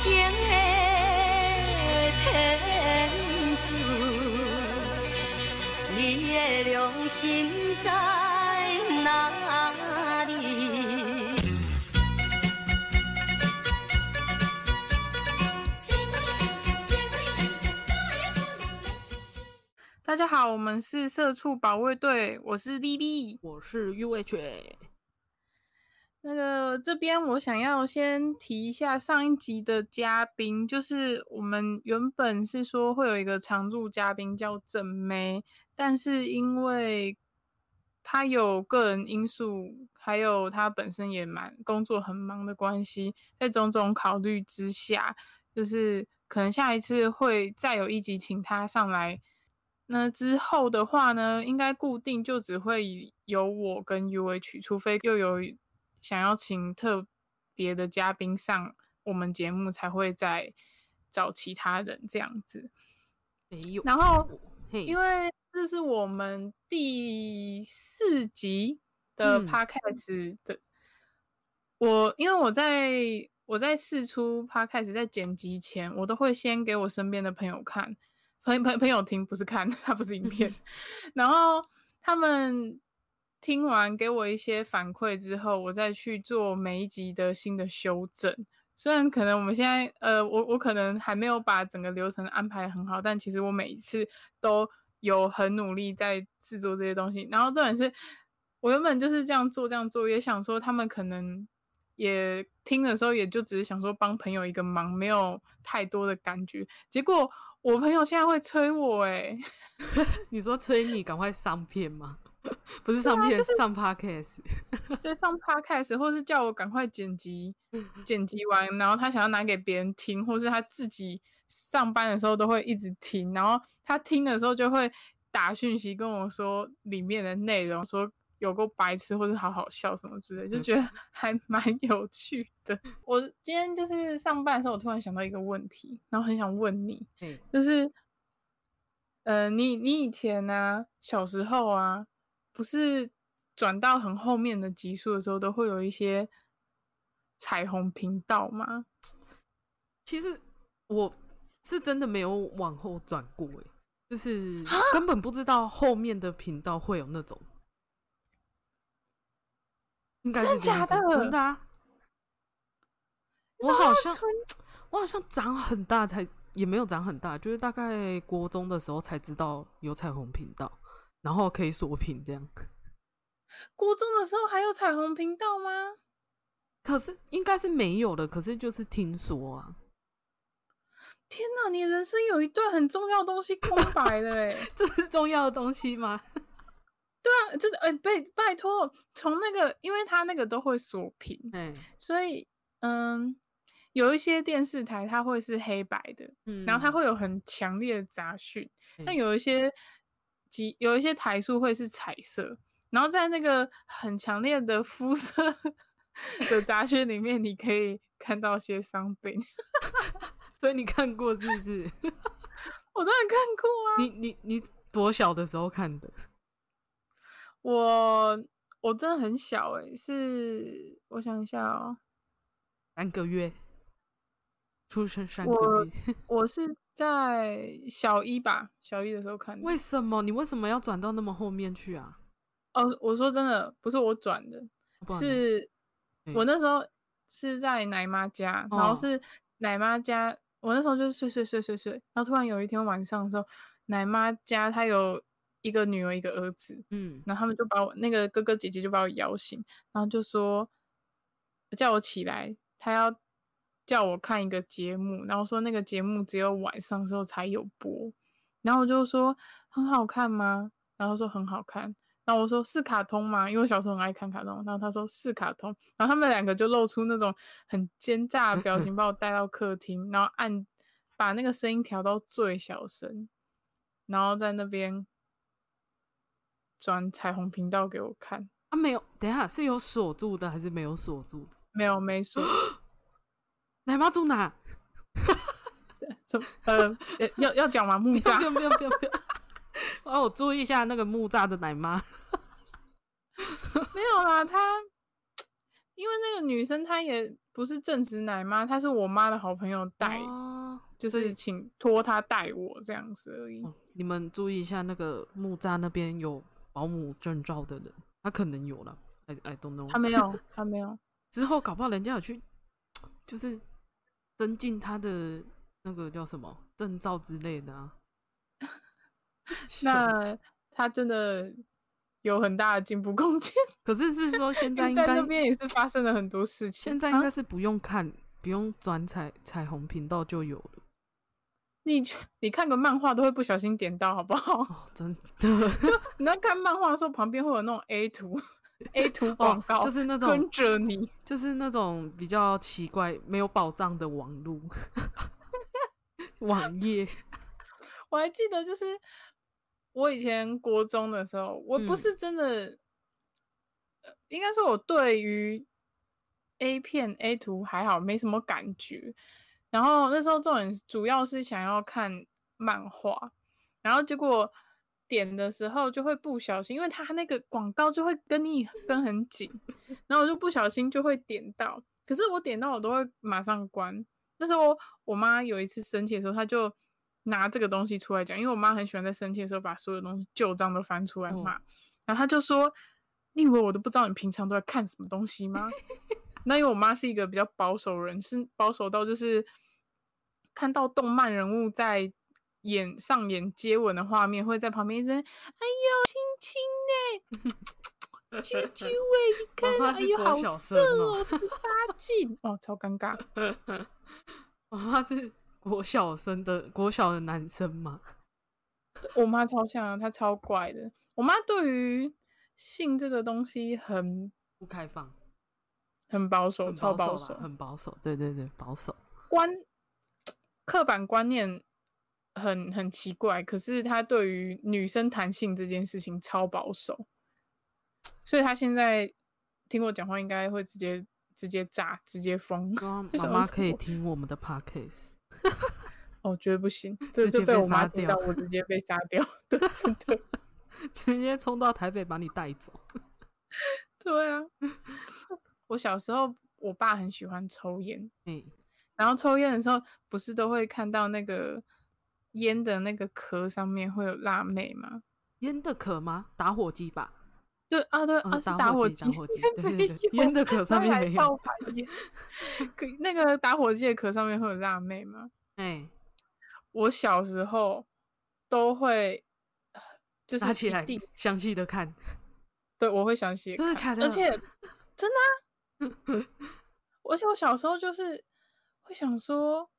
情的天子，你的良心在哪里？大家好，我们是社畜保卫队，我是丽丽。我是玉卫犬，那个这边我想要先提一下上一集的嘉宾，就是我们原本是说会有一个常驻嘉宾叫正妹，但是因为她有个人因素，还有她本身也蛮工作很忙的关系，在种种考虑之下，就是可能下一次会再有一集请她上来。那之后的话呢，应该固定就只会有我跟 UH，除非又有想要请特别的嘉宾上我们节目，才会再找其他人这样子。没有。然后，嘿，因为这是我们第四集的嗯 podcast 的，我因为我在我在试出 podcast 在剪辑前，我都会先给我身边的朋友看，朋朋朋友听不是看， 它不是影片，然后他们。听完给我一些反馈之后，我再去做每一集的新的修正。虽然可能我们现在呃，我我可能还没有把整个流程安排得很好，但其实我每一次都有很努力在制作这些东西。然后重点是，我原本就是这样做这样做，也想说他们可能也听的时候，也就只是想说帮朋友一个忙，没有太多的感觉。结果我朋友现在会催我、欸，你说催你赶快上片吗？ 不是啊上片，上 podcast。对，上 podcast 或是叫我赶快剪辑，剪辑完，然后他想要拿给别人听，或是他自己上班的时候都会一直听，然后他听的时候就会打讯息跟我说里面的内容，说有够白痴或是好好笑什么之类，就觉得还蛮有趣的。我今天就是上班的时候，我突然想到一个问题，然后很想问你，嘿，就是，呃，你你以前呢、小时候啊，不是转到很后面的集数的时候，都会有一些彩虹频道吗？其实我是真的没有往后转过，哎，就是啊根本不知道后面的频道会有那种。应该是真这样假说的真的啊！你知我道好那像村我好像长很大才，也没有长很大，就是大概国中的时候才知道有彩虹频道，然后可以锁屏这样。国中的时候还有彩虹频道吗？可是应该是没有的，可是就是听说啊， 天哪，你人生有一段很重要的东西空白了 哎、这是重要的东西吗？对啊，真的哎、被拜托，从那个，因为他那个都会锁屏，哎，所以嗯，有一些电视台它会是黑白的，嗯然后它会有很强烈的杂讯。那嗯有一些几有一些台数会是彩色，然后在那个很强烈的肤色的杂讯里面，你可以看到些 something。所以你看过是不是？ 我当然看过啊，你你你多小的时候看的？啊我我真的很小诶、是我想一下哦、三个月，出生三我个月， 我是在小一吧，小一的时候看的。为什么你为什么要转到那么后面去啊？哦，我说真的，不是我转的，不然呢是嗯我那时候是在奶妈家，然后哦是奶妈家，我那时候就是睡睡睡睡睡，然后突然有一天晚上的时候，奶妈家她有一个女儿一个儿子，嗯，然后他们就把我那个哥哥姐姐就把我摇醒，然后就说叫我起来，他要叫我看一个节目，然后说那个节目只有晚上的时候才有播，然后我就说很好看吗？然后他说很好看，然后我说是卡通吗？因为我小时候很爱看卡通，然后他说是卡通，然后他们两个就露出那种很奸诈的表情，把我带到客厅，然后按把那个声音调到最小声，然后在那边转彩虹频道给我看。啊没有，等一下是有锁住的还是没有锁住的？没有，没说奶妈住哪？什么呃，呃要要讲吗？木不栅要不要不要不要！哦，我注意一下那个木栅的奶妈。啊没有啦，他因为那个女生她也不是正直奶妈，她是我妈的好朋友带，哦就所以是请托她带我这样子而已。哦你们注意一下，那个木栅那边有保姆证照的人，他可能有了，I I don't know。她没有，她没 有， 之后搞不好人家有去，就是增进他的那个叫什么证照之类的啊。笑死那她真的有很大的进步空间。可是是说现在在应那该边也是发生了很多事情。现在应该啊、是不用看、不用转彩彩虹频道就有了你去你看个漫画都会不小心点到，好不好？ 哦，真的你在看漫画的时候，旁边会有那种 A 图 A 图广哦告，， 就是那种跟着你。就是那种比较奇怪、没有保障的网路 网页。我还记得，就是我以前国中的时候，我不嗯是真的，呃应该说我对于 A 片 A 图还好，没什么感觉。然后那时候重点主要是想要看漫画，然后结果点的时候就会不小心，因为它那个广告就会跟你跟很紧，然后我就不小心就会点到，可是我点到我都会马上关。那时候我妈有一次生气的时候，她就拿这个东西出来讲，因为我妈很喜欢在生气的时候把所有东西旧账都翻出来嗯骂，然后她就说：“你以为我都不知道你平常都在看什么东西吗？”那因为我妈是一个比较保守人，是保守到就是看到动漫人物在演上演接吻的画面，会在旁边一直哎呦亲亲哎、啾啾哎，你看妈啊，妈哎是呦国好小色生哦哦，十八禁哦，超尴 尬。我妈哦是国小生的国小的男生嘛，我妈超像啊，她超怪的。我妈对于性这个东西很不开放，很保守，很哦超保保啦守，很保守。对对对，保守。观刻板观念很很奇怪，可是她对于女生谈性这件事情超保守，所以她现在听我讲话应该会直接直接炸，直接疯。希望为什妈么妈这可以么听我们的 podcast。 哦，绝对不行，这直这接被被我妈杀听掉到，我直接被杀掉。 对，真的，直接冲到台北把你带走。对啊。 我小时候，我爸很喜欢抽烟，哎、然后抽烟的时候，不是都会看到那个烟的那个壳上面会有辣妹吗？烟的壳吗？打火机吧。对啊，对嗯啊，是打火火机机，打火机对 对没对有烟的壳上面哪来没有爆牌烟 可那个打火机的壳上面会有辣妹吗？哎、我小时候都会， 呃就是拿起一来定详细的看，对，我会详细地真的假的？而且真的啊，而且我小时候就是会想说，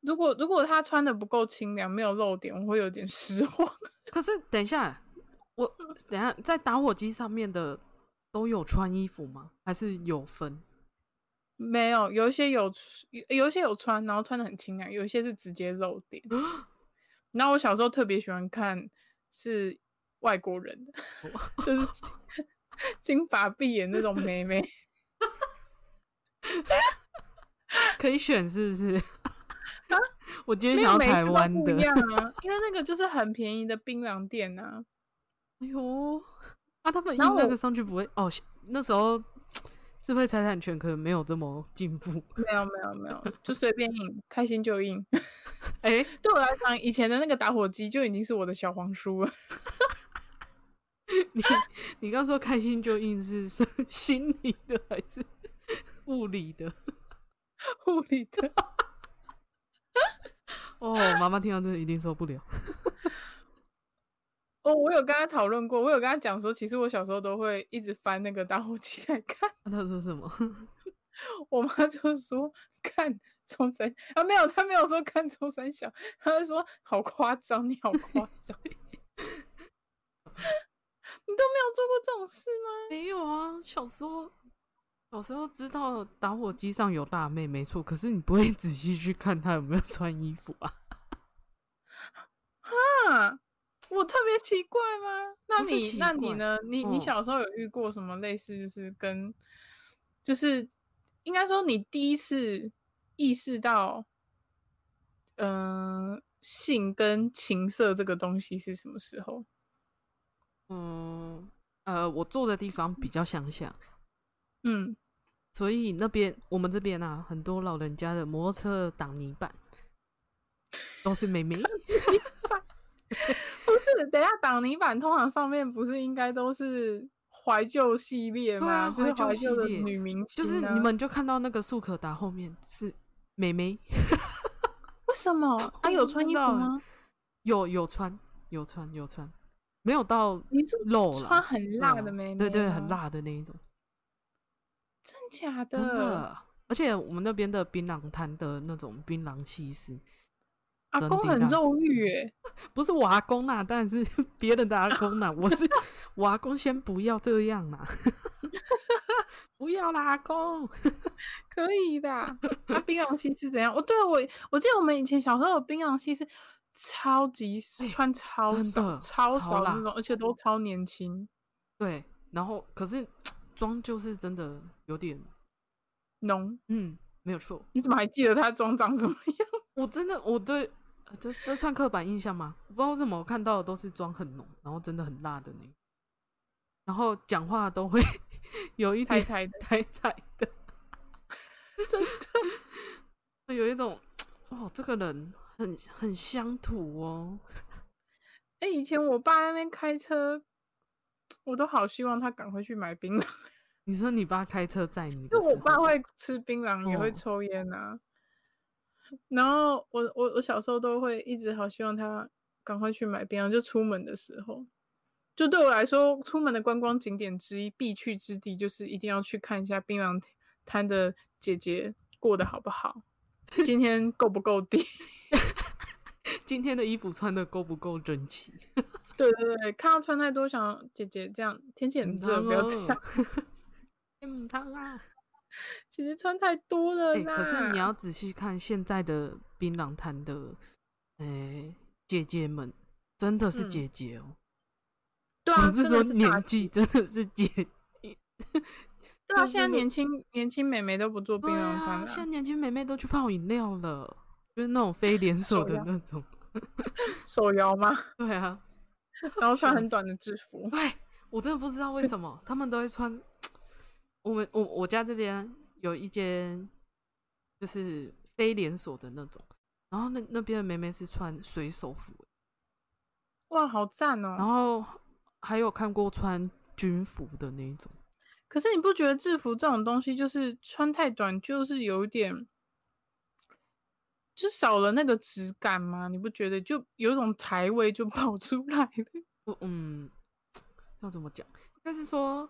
如果如果他穿的不够清凉，没有露点，我会有点 失望。可是等一下，我等一下在打火机上面的都有穿衣服吗？还是有分？没有，有一些有穿有有一些有穿，然后穿的很清凉，有一些是直接露 点。然后我小时候特别喜欢看是外国人的，就是金金发碧眼那种妹妹。可以选是不是？ 我今天啊没有每想要一台次湾都不的一。样啊，因为那个就是很便宜的槟榔店啊。哎呦，啊，他们印然后那我个上去不会哦？那时候智慧财产权可能没有这么进步。没有没有没有，就随便印，开心就印。 哎、对我来讲，以前的那个打火机就已经是我的小黄书了。 你你刚说开心就硬是是心理的还是物理的？物理的， 哦，妈妈听到这一定受不了。哦，我有跟他讨论过，我有跟他讲说，其实我小时候都会一直翻那个打火机来看。 那他说什么？我妈就说看中山啊，没有，她没有说看中山小，她就说好夸张，你好夸张， 你都没有做过这种事吗？ 没有啊，小时候小时候知道打火机上有辣妹没错，可是你不会仔细去看她有没有穿衣服啊？啊，我特别奇怪吗？那不是你奇那你怪呢？你你嗯小时候有遇过什么类似就是跟，就是应该说你第一次意识到，嗯、性跟情色这个东西是什么时候？嗯，呃，我住的地方比较乡下，嗯，所以那边我们这边啊，很多老人家的摩托车挡泥板都是妹妹，不是，等一下挡泥板通常上面不是应该都是怀旧系列对吗？啊怀就是旧怀系旧的列女明星、就啊，是你们就看到那个素可达后面是妹妹，为什么？我啊，有不穿知衣服道欸吗？有有穿有穿有穿，没有到你是露啦穿很辣的嗯妹妹、对对，很，辣的那一种，真假的？真的。而且我们那边的槟榔摊的那种槟榔西施，阿真公的很辣肉欲欸诶、不是我阿公啦、当然是 别人的阿公啦、我是我阿公，先不要这样啦、 不要啦，阿公。可以的 啊。啊，槟榔西施怎样？哦，对我我记得我们以前小时候有槟榔西施，超级哎穿超真少的超超少那辣种，而且都超年轻对，然后可是妆就是真的有点，浓。嗯，没有错。你怎么还记得她妆长什么样？ 我真的我对呃这这算刻板印象吗？我不知道为什么我看到的都是妆很浓，然后真的很辣的那种，然后讲话都会 有一太点太的，呆呆的，真的。 有一种哦，这个人很很乡土哦。哎、以前我爸那边开车，我都好希望他赶快去买槟榔，你说你爸开车载你就的时候，我爸会吃槟榔，也会哦抽烟啊。然后我我我小时候都会一直好希望他赶快去买槟榔，就出门的时候，就对我来说，出门的观光景点之一必去之地就是一定要去看一下槟榔摊的姐姐过得好不好，今天够不够地。 今天的衣服穿的够不够整 齐？对对对，看到穿太多，想姐姐这样天气很热，不要这样，嗯，汤啊！姐姐穿太多了哎、啦。可是你要仔细看现在的槟榔摊的，哎、姐姐们真的是嗯姐姐哦、 对我啊，是真说的大年纪真的 是姐。对啊，真现在的年轻年轻美眉都不做槟对榔摊啊，了、现在年轻妹妹都去泡饮料了，就是那种非连锁手的摇那种。手摇 嘛，对啊，然后穿笑很死短的制服，对，我真的不知道为什么他们都会穿。我们我我家这边有一间就是非连锁的那种，然后那那边的妹妹是穿水手服，哇，好赞然哦！后还有看过穿军服的那一种。可是你不觉得制服这种东西就是穿太短，就是有一点，就少了那个质感吗？你不觉得就有一种台味就 跑出来了？我嗯，要怎么讲？应该是说，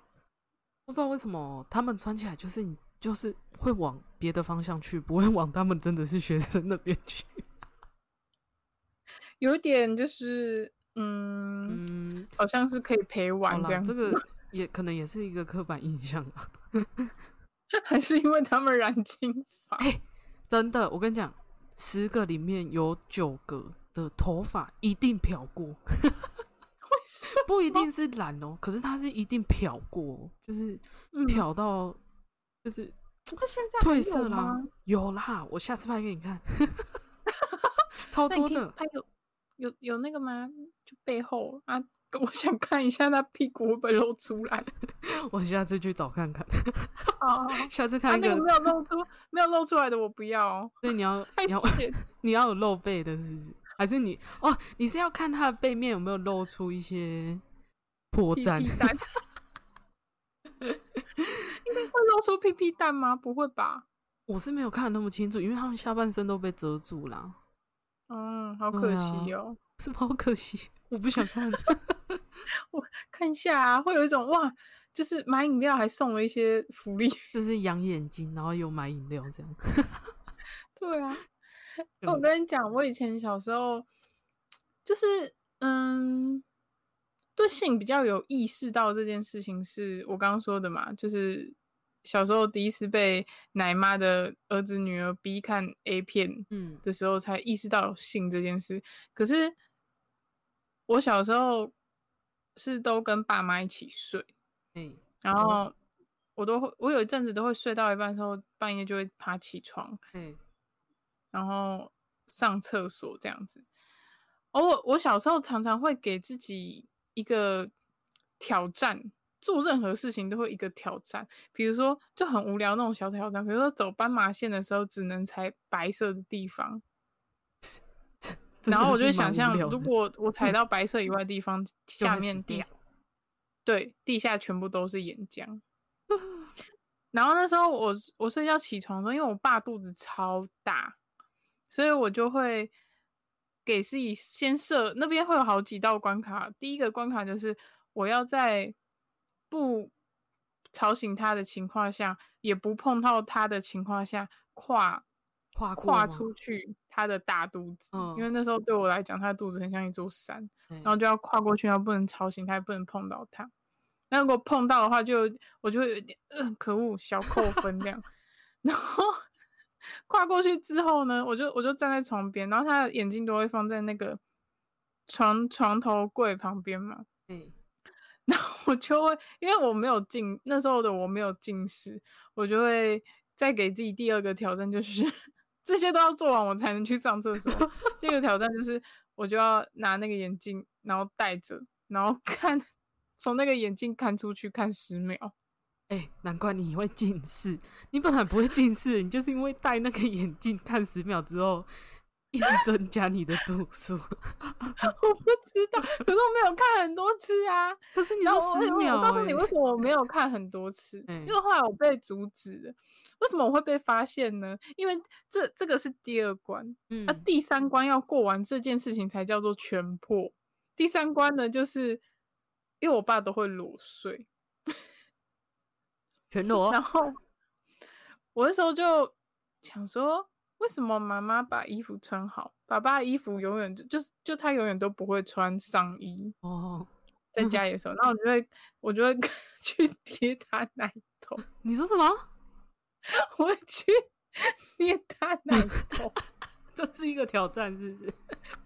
不知道为什么他们穿起来就是你就是会往别的方向去，不会往他们真的是学生那边去。有一点就是，嗯，嗯，好像是可以陪好玩这啦，样这子。个也可能也是一个刻板印象啊。 还是因为他们染金发，哎真的，我跟你讲，十个里面有九个的头发一定漂 过，不一定是染哦，可是他是一定漂过哦，就是嗯，漂到就是可是现在还褪有色啦吗？，有啦，我下次拍给你 看，超那你多可以的。拍有有有那个吗？就背后啊，我想看一下他屁股会不会露出 来。我下次去找看看， 哦，下次他看一那个个，没有露出，没有露出来的我不要哦，所以你要太 你要 血你要有露背的，是不是？还是你哦？你是要看它的背面有没有露出一些破屁绽？屁蛋。 应该会露出屁屁蛋吗？不会吧？我是没有看得那么清楚，因为他们下半身都被遮住啦，嗯，好可对惜啊哦。是不好可惜， 我不想看。看一下啊，会有一种哇，就是买饮料还送了一些福利。就是养眼睛，然后有买饮料这样。对啊，嗯我跟你讲，我以前小时候就是嗯，对性比较有意识到这件事情，是我刚刚说的嘛，就是小时候第一次被奶妈的儿子女儿逼看 A 片嗯，的时候，才意识到性这件事。可是我小时候是都跟爸妈一起睡，哎、然哦后我都会，我有一阵子都会睡到一半的时候，半夜就会爬起床，哎、然后上厕所这样子。而我我小时候常常会给自己一个挑战，做任何事情都会一个挑战，比如说就很无聊那种小挑战，比如说走斑马线的时候只能踩白色的地方，真然的后我就是会想蛮无象，聊如的果我踩到白色以外的地方， 就下会面死地掉对地下全部都是岩浆。然后那时候我我睡觉起床的时候，因为我爸肚子超大，所以我就会给自己先设那边会有好几道关卡。第一个关卡就是我要在不吵醒他的情况下，也不碰到他的情况下跨跨过跨吗出去他的大肚子，因为嗯那时候对我来讲，他的肚子很像一座山，对然后就要跨过去，然后不能吵醒他，也不能碰到他。那如果碰到的话就，我就会有点，嗯、可恶，小扣分这样。 然后跨过去之后呢，我就我就站在床边，然后他的眼睛都会放在那个床床头柜旁边嘛，对然后我就会，因为我没有近那时候的我没有近视，我就会再给自己第二个挑战，就是 这些都要做完我才能去上厕 所。第二个挑战就是我就要拿那个眼镜，然后戴着，然后看从那个眼镜看出去看十秒。 哎、难怪你会近视，你本来不会近视，你就是因为戴那个眼镜看十秒之后，一直增加你的度数。 我不知道，可是我没有看很多次啊。可 是你然说后我十我秒、欸我告诉你为什么我 没有看很多次，因嗯为后来我被阻止了。为什么我会被发现呢？因为这这个是第二关，嗯那、啊第三关要过完这件事情才叫做全破。第三关呢，就是因为我爸都会裸睡，全裸哦然后我那时候就想说，为什么妈妈把衣服穿好，爸爸的衣服永远就就是就他永远都不会穿上衣，哦，在家里的时候，那我就会我就会 去贴他奶头，你说什么？我会去 捏他奶头，这是一个挑战，是不 是？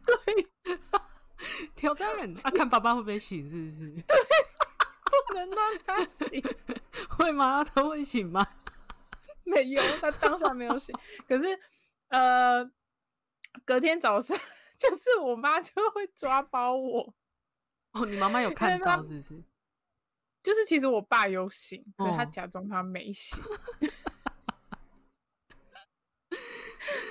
对， 挑战啊，看爸爸会不会醒，是不是？ 不能让他醒。会吗？他会醒吗？ 没有，他当下没有醒。可是，呃，隔天早上 就是我妈就会抓包我，哦，你妈妈有看因为他到，是不是？ 就是其实我爸有醒，可是他哦假装他没醒。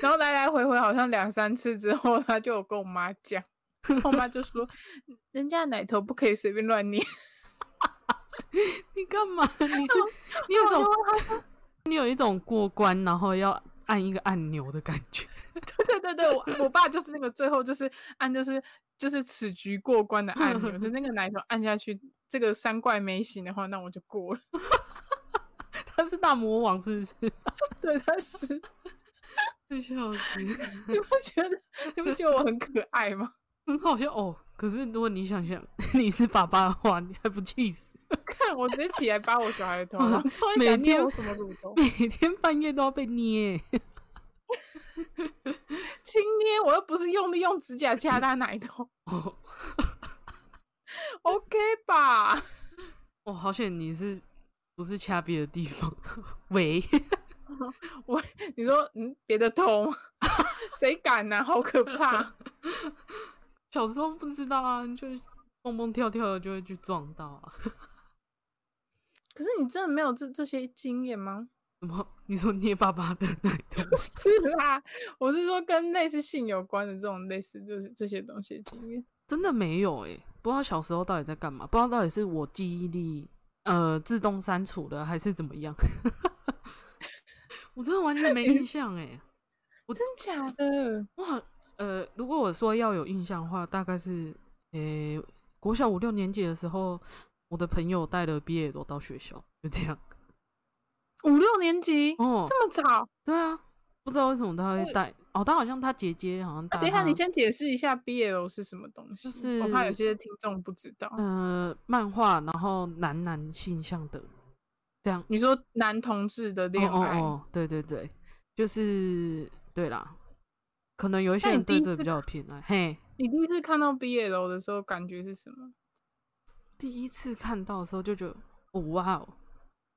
然后来来回回好像两三次之后，他就有跟我妈讲， 我妈就说嗯人家的奶头不可以随便乱捏。你干嘛？ 你是你有一种 你有一种过关，然后要按一个按钮的感觉。 对对对，我我爸就是那个最后就是按就是就是此局过关的按钮，就是那个奶头按下去，这个三怪没醒的话，那我就过了。 他是大魔王，是不 是？对，但是笑死，你不觉得你不觉得我很可爱吗？ 很好笑哦。可是如果你想想 你是爸爸的话，你还不气死？ 看我直接起来扒我小孩的头，然后突然每想捏天我什么乳头， 每天半夜都要被捏， 轻捏我又不是用力用指甲掐他奶头哦， ，OK 吧？ 哦，好险你是不是掐别的地方？喂，我你说嗯别的头吗， 谁敢呐、好可怕！ 小时候不知道啊，你就蹦蹦跳跳的就会去撞到啊。可是你真的没有这这些经验吗？什么？你说捏爸爸的奶头？ 是啦，啊我是说跟类似性有关的这种类似就是这些东西的经验。真的没有诶、不知道小时候到底在干嘛，不知道到底是我记忆力呃自动删除了还是怎么样， 我真的完全没印象诶、真假的？我好呃，如果我说要有印象的话，大概是诶、国小五六年级的时候，我的朋友带了毕业罗到学校，就这样。五六年级、哦，这么早？对啊，不知道为什么他会带哦，他好像他姐姐好像带、啊、等一下，你先解释一下 BL 是什么东西，嗯是我怕有些听众不知道。呃漫画，然后男男性向的这样。你说男同志的恋爱，哦哦哦，对对对，就是对啦，可能有一些那你人第一对这个次比较有偏爱。嘿，你第一次看到 BL 的时候感觉是什么？第一次看到的时候就觉得，哦哇哦，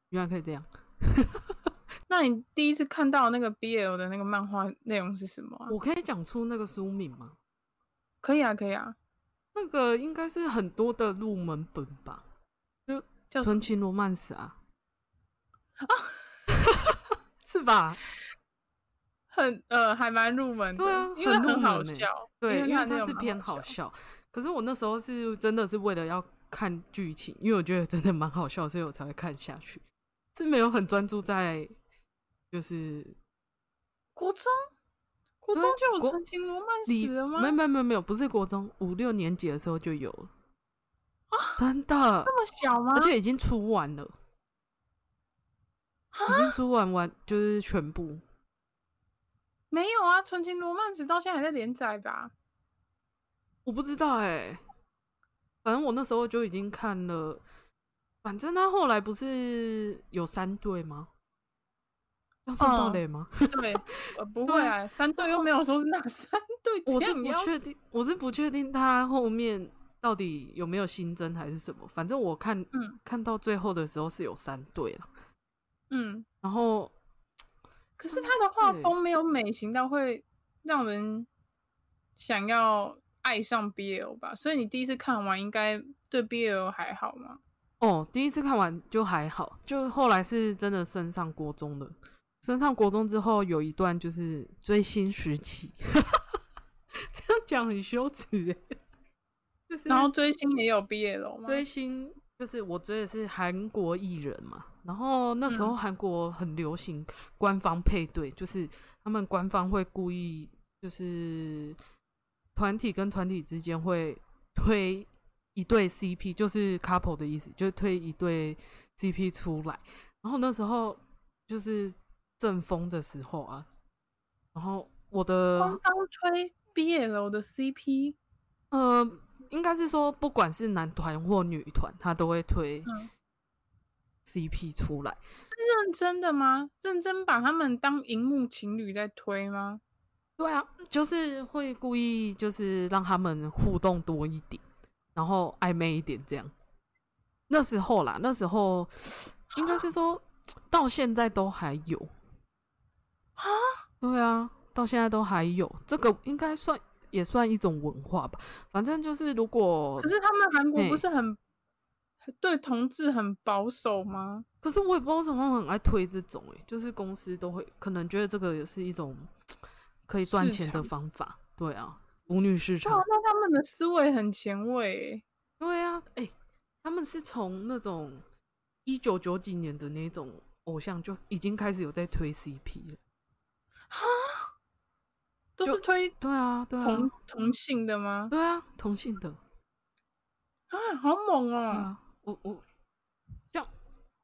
原来可以这样。那你第一次看到那个 BL 的那个漫画内容是什么啊、我可以讲出那个书名吗？可以啊，可以啊。那个应该是很多的入门本吧，就叫《纯情罗曼史》啊，啊 是吧？很呃还蛮入门的，对啊因为很入很好门欸笑，对，因为它它是蛮偏好好笑，笑。可是我那时候是真的是为了要看剧情，因为我觉得真的蛮好笑，所以我才会看下去，是没有很专注在就是国中国对啊中就有国纯情罗曼你史了吗？没有没有没有没有，不是国中五六年级的时候就有了，真的，啊那么小吗？而且已经出完了，啊已经出完完就是全部。没有啊，纯情罗曼史到现在还在连载吧？我不知道哎、反正我那时候就已经看了。反正他后来不是有三对吗？要算暴嗯雷吗？对，呃不会啊，三对又没有说是哪三对，我这是样你不要确定，我是不确定他后面到底有没有新增还是什么。反正我看嗯看到最后的时候是有三对了，嗯，然后只是他的画嗯对风没有美型到会让人想要爱上 BL 吧，所以你第一次看完应该对 BL 还好吗？哦，第一次看完就还好，就后来是真的升上国中了。升上国中之后，有一段就是追星时期， 这样讲很羞耻哎。就是然后追星也有 BL 吗？啊追星，就是我追的是韩国艺人嘛，然后那嗯时候韩国很流行官方配对，就是他们官方会故意就是团体跟团体之间会推一对 CP，就是 couple 的意思，就是推一对 CP 出来。然后那时候就是正风的时候啊，然后我的官方推 BL 的 CP，呃，应该是说，不管是男团或女团，他都会推嗯 CP 出来。是认真的吗？认真把他们当荧幕情侣在推吗？对啊，就是会故意就是让他们互动多一点，然后暧昧一点这样。那时候啦，那时候应该是说到现在都还有啊？对啊，到现在都还有，这个应该算也算一种文化吧。反正就是如果可是他们韩国哦嘿不是很对同志很保守吗？可是我也不知道为什么他们很爱推这种、欸，就是公司都会可能觉得这个也是一种可以赚钱的方法，对啊，腐女市哇场，，那他们的思维很前卫欸，对啊，哎、他们是从那种一九九几年的那种偶像就已经开始有在推 CP 了，都就是推对啊，对同啊，同性的吗？对啊，同性的，啊，好猛对哦！啊，我我像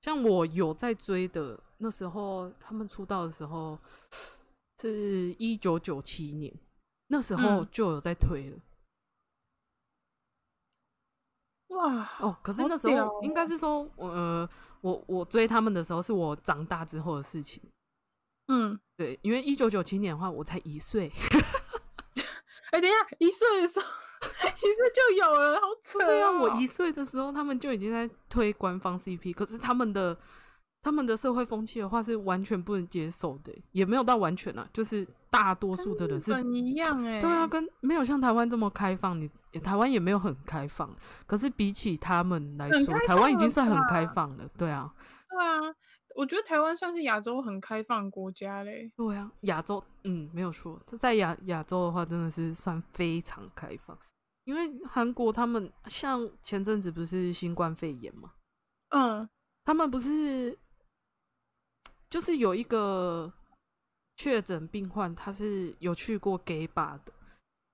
像我有在追的，那时候他们出道的时候是一九九七年，那时候嗯就有在推了。哇，哦，可是好那时屌候哦应该是说，呃，我我追他们的时候是我长大之后的事情。嗯，对，因为一九九七年的话，我才一岁，哎，等一下，一岁的时候， 一岁就有了，好扯对啊，哦我一岁的时候，他们就已经在推官方 CP，可是他们的他们的社会风气的话是完全不能接受的，也没有到完全啊，就是大多数的人是跟日本一样哎，对啊，，跟没有像台湾这么开放，你也台湾也没有很开放，可是比起他们来很说开，台湾已放经了算很吧开放了。对啊，对啊，我觉得台湾算是亚洲很开放的国家嘞，对啊，亚洲，嗯，没有错，这在亚亚洲的话，真的是算非常开放。因为韩国他们像前阵子不是新冠肺炎嘛，嗯，他们不是就是有一个确诊病患，他是有去过 gay bar 的，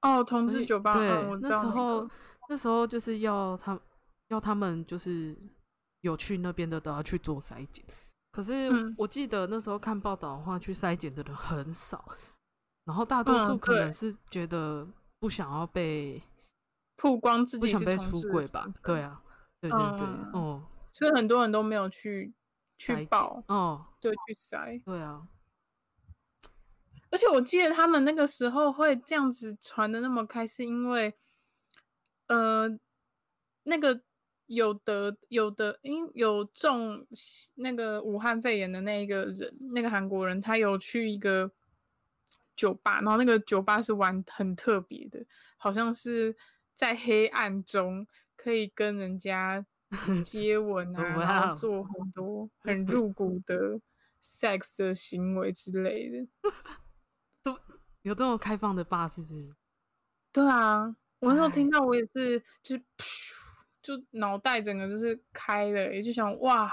哦，同所志以酒吧，对，嗯我知那道时那候个，那时候就是要他要他们就是有去那边的都要去做筛检，可是嗯我记得那时候看报道的话，去筛检的人很少，然后大多数嗯可能对是觉得不想要被、曝光自不己想是被同出志的轨身吧份？对，啊，对对对，嗯哦、所以很多人都没有去筛去检报，哦，对，去筛。对啊，而且我记得他们那个时候会这样子传的那么开，是因为，呃，那个有得有得因有中西那个武汉肺炎的那一个人，那个韩国人，他有去一个酒吧，然后那个酒吧是玩很特 别的，好像是在黑暗中可以跟人家接吻啊，哇然哦后做很 多很入骨的 sex 的行为之类的。有这么开放的吧？是不是？对啊，我那时候听在到我也是，就是噗就脑袋整个就是开了，欸也就想哇，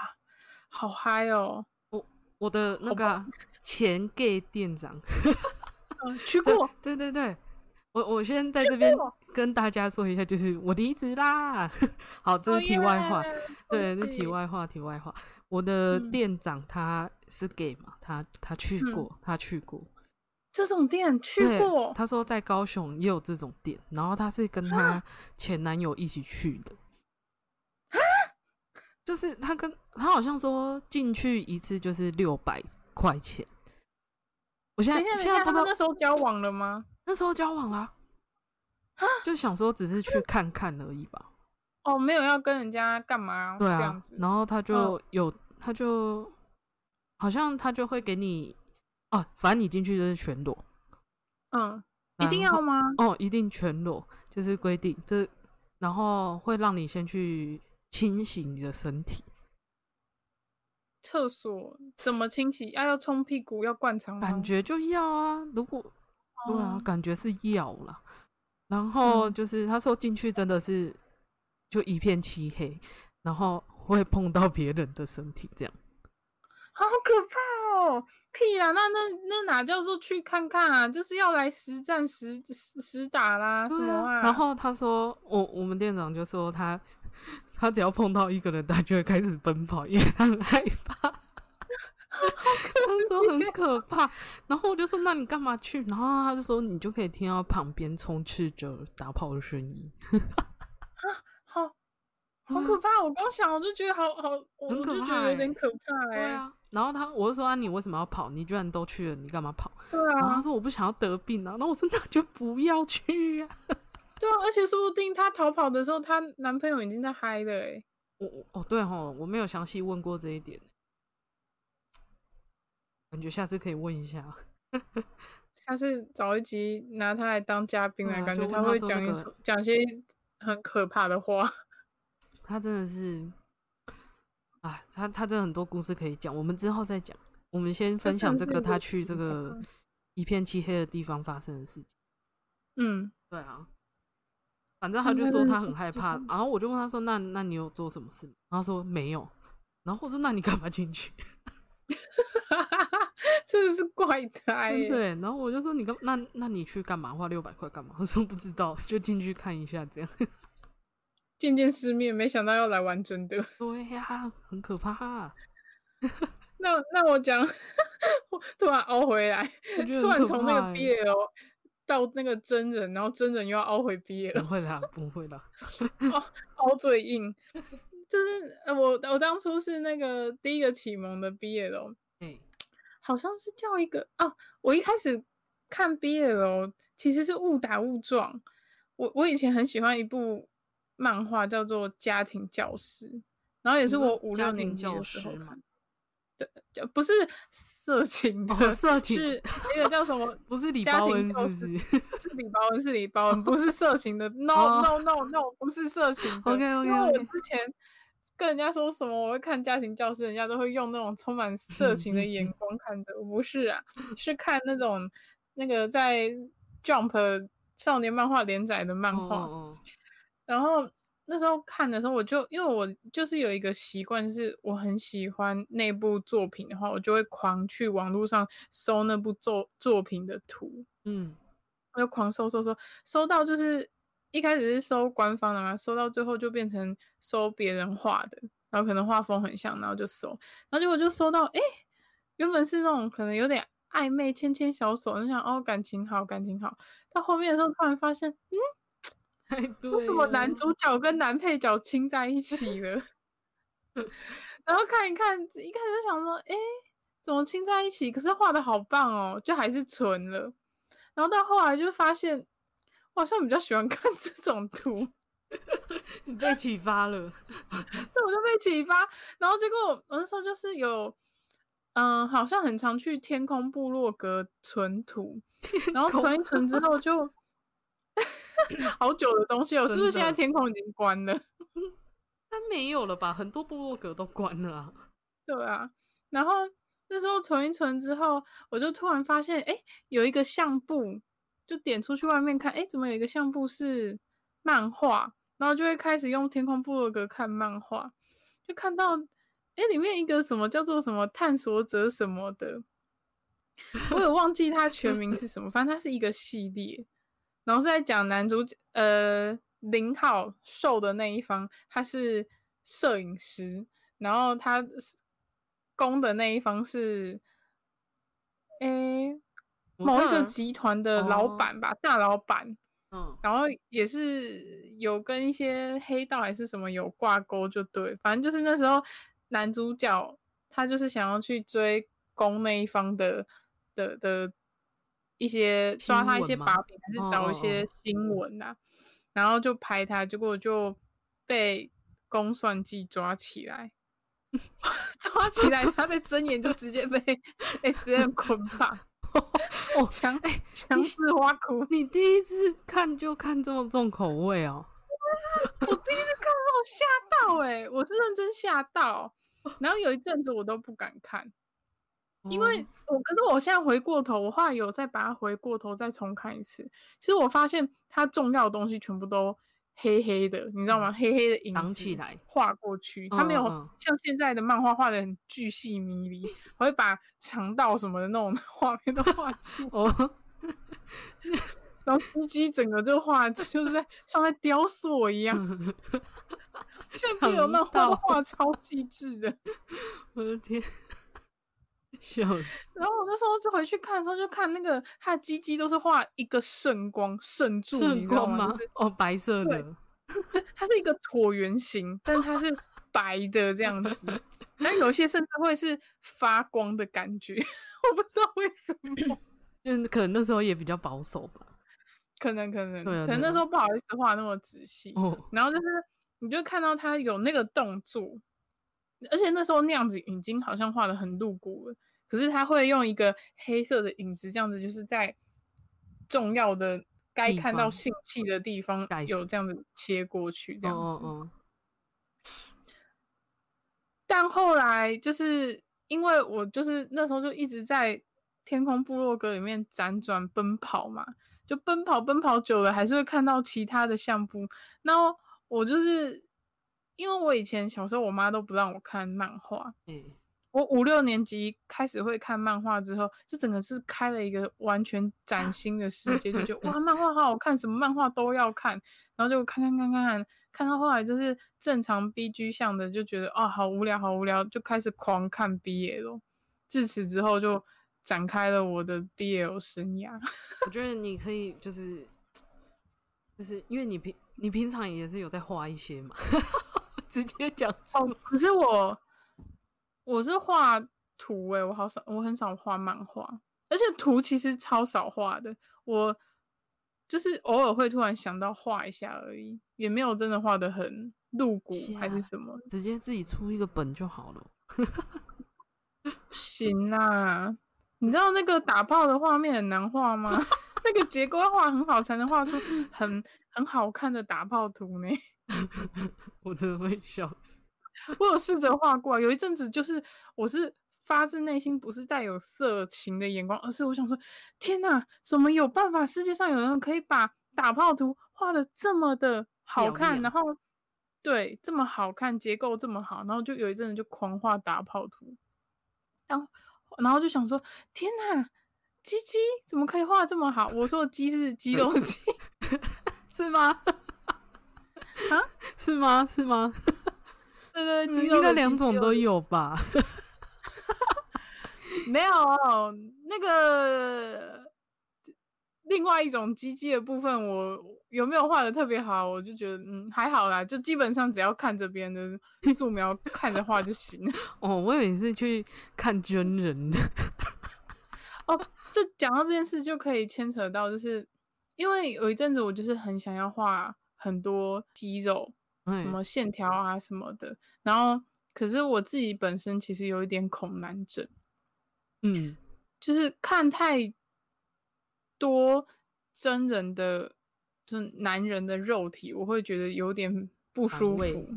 好嗨 哦！我的那个啊前 gay 店长，嗯去对过，对对对，我我先在这边跟大家说一下，就是我离职啦。 好，这是题外话哦，耶对，这恭是题喜外话，题外话。我的嗯店长他是 gay 嘛，他他去嗯过，他去过，这种店去对过，他说在高雄也有这种店，然后他是跟他前男友一起去的。就是他跟他好像说进去一次就是六百块钱，我现等在一下，等一现在下，他不知们道那时候交往了吗？那时候交往啦、啊就是想说只是去看看而已吧。哦，没有要跟人家干嘛？对哦这啊样子，。嗯然后他就有，他就好像他就会给你啊，反正你进去就是全裸嗯，一定然要后吗？哦，一定全裸，就是规定这，然后会让你先去清洗你的身体，厕所怎么清洗？啊，要冲屁股，要灌肠吗，感觉就要啊，如果对啊，嗯哦感觉是要啦。然后嗯就是他说进去真的是就一片漆黑，然后会碰到别人的身体这样。好可怕哦！屁啦，那那那哪叫做去看看啊？就是要来实战实实实打啦，什对么啊？然后他说，我我们店长就说他， 他只要碰到一个人，他就会开始奔跑，因为他很害怕。 他说很可怕，然后我就说那你干嘛去？然后他就说你就可以听到旁边充斥着打炮的声音，好好可怕！我光想我就觉得好好，我嗯很我可就觉怕得有点欸可怕对哎、啊。然后他我就说啊，你为什么要跑？你居然都去了，你干嘛跑？对然后他啊，说我不想要得病啊。然后我说那就不要去啊。对啊，而且说不定她逃跑的时候，她男朋友已经在嗨了哎、我我哦对吼，我没有详细问过这一点，感觉下次可以问一下。下次找一集拿她来当嘉宾对来，啊感就觉她问她会说讲那一个说讲些很可怕的话。他真的是，啊，他他真的很多故事可以讲，我们之后再讲。我们先分享真这的是个一个他去这奇葩个一片漆黑的地方发生的事情。嗯， 对啊，反正他嗯就他说真的他是很害奇怕，葩然后我就问他说：“那那你有做什么事吗？”然后他说没有，然后我说：“那你干嘛进去？”哈哈哈，真的是怪 胎真耶、的欸，然后我就说你干那那你去干嘛？花六百块干嘛？他说不知道，就进去看一下这样。见见世面，没想到要来玩真的。对呀、很可怕、那那我讲，我突然凹回来，我觉得突很然可从那个怕欸 BL 到那个真人，然后真人又要凹回 BL，不会啦，不会啦。凹最 硬。就是呃我我当初是那个第一个启蒙的 BL，哎、好像是叫一个哦，我一开始看 BL 其实是误打误撞。我我以前很喜欢一部漫画叫做《家庭教师》，然后也你是说我五家六庭年级教的时候师看吗的，就不是色情的，哦， 色情？是那个叫什么不是礼家包庭恩教是 不是？是礼包恩，是礼包恩，不是色情的。No no no no，不是色情的。哦 OK，OK，OK 因为我之前跟人家说什么我会看家庭教师，人家都会用那种充满色情的眼光看着我。不是啊，是看那种那个在 Jump 少年漫画连载的漫哦画。哦然后那时候看的时候，我就因为我就是有一个习惯，就是我很喜欢那部作品的话，我就会狂去网络上搜那部作作品的图。嗯，我就狂搜搜搜，搜到就是一开始是搜官方的嘛，搜到最后就变成搜别人画的，然后可能画风很像，然后就搜，然后结果就搜到，哎、原本是那种可能有点暧昧牵牵小手，就想哦感情好感情好，到后面的时候突然发现，嗯，哎，对、 为什么男？主角跟男配角亲在一起了？ 然后看一看，一开始就想说，哎，怎么亲在一起？可是画的好棒哦，就还是纯了。然后到后来就发现，我好像比较喜欢 看这种图，你被启发了。对，我就被启发。然后结果我那时候就是有，嗯、好像很常去天空部落格存图，然后空存一存之后就 好久的东西哦，是不是真现在的天空已经关了？但没有了吧？很多部落格都关了啊。对啊，然后那时候存一存之后，我就突然发现，哎，有一个相簿，就点出去外面看，哎，怎么有一个相簿是漫画？然后就会开始用天空部落格看漫画，就看到，哎，里面一个什么叫做什么探索者什么的，我也忘记它全名是什么，反正它是一个系列，然后是在讲男主角，呃，零号瘦的那一方，他是摄影师，然后他是攻的那一方是，诶、模某一特个儿集团的老哦板吧，大老板， 嗯，然后也是有跟一些黑道还是什么有挂钩，就对，反正就是那时候男主角他就是想要去追攻那一方的的的一些抓新他一闻些吗把柄，还是哦找哦一些哦新闻呐、然后就拍他，结果就被公算计抓起 来。抓起来，他在睁眼就直接被 S M 捆绑，哦强哎强制挖苦。你第一次看就看这么重口味哦。我第一次看的时哦候吓到哎、我是认真吓到。哦然后有一阵子我都不敢看，因为哦我可是我现在回过头，我后来有再把它回过头再重看一次。其实我发现它重要的东西全部都黑黑的，你知道吗？黑黑的影嗯挡子起来画过去，它没有嗯嗯嗯像现在的漫画画的很巨细迷离，还会把肠道什么的那种画面都画出来哦，然后司机整个就画， 就是在像在雕塑一 样。像抢比有漫画到都画得超细致的。 我的天，笑死！然后我那时候就回去看的时候，就看那个他的鸡鸡都是画一个圣光圣柱，你顺知道光吗吗？就？哦，白色对的，是它是一个椭圆形，但是它是白的这样子。 然后有一些甚至会是发光的感觉， 我不知道为什么，就是可能那时候也比较保守吧。可能可能对啊可能对那啊时候不好意思画那么仔细。 哦，然后就是你就看到他有那个动作，而且那时候那样子已经好像画的很露骨了，可是他会用一个黑色的影子，这样子就是在重要的该地看到方性器的地方盖有子这样子切过去，这哦样子。哦哦，但后来就是因为我就是那时候就一直在天空部落格里面辗转奔跑嘛，就奔跑奔跑久了，还是会看到其他的相簿。然后我就是因为我以前小时候我妈都不让我看漫画，哎，我五六年级开始会看漫画之后，就整个是开了一个完全崭新的世界，就觉得哇，漫画好好看，什么漫画都要看，然后就看看看看看，看到后来就是正常 B G 向的，就觉得哦，好无聊，好无聊，就开始狂看 B L，自此之后就展开了我的 B L 生涯。我觉得你可以就是就是因为你平你平常也是有在画一些嘛， 直接讲出来哦可是我我是画图诶、我好少，我很少画漫画，而且图其实超少画的，我就是偶尔会突然想到画一下而已，也没有真的画的很露骨还吓是什么，直接自己出一个本就好了。不行啊！你知道那个打炮的画面很难画吗？ 那个结构要画很好才能画出很很好看的打炮图呢。我真的会笑死。我有试着画过啊，有一阵子就是我是发自内心，不是带有色情的眼光，而是我想说，天哪，怎么有办法？世界上有人可以把打炮图画的这么的好漂看，亮然后对这么好看，结构这么好，然后就有一阵子就狂画打炮图，当然后就想说，天哪，鸡鸡怎么可以画得这么好？我说的鸡是肌 肉的鸡，是吗？啊？ 是吗？是吗？对对，对肌肉嗯的应该鸡两肌种肉都的鸡有吧？没有啊那个另外一种鸡鸡的部分，我有没有画的特别好，我就觉得嗯还好啦，就基本上只要看着别人的素描看着画就行了。 哦，我以为你是去看真人的。哦这讲到这件事就可以牵扯到，就是因为有一阵子我就是很想要画很多肌肉，什哎么线条啊什么的，然后可是我自己本身其实有一点恐男症。嗯，就是看太多真人的，就是男人的肉体，我会觉得有点不反舒胃服。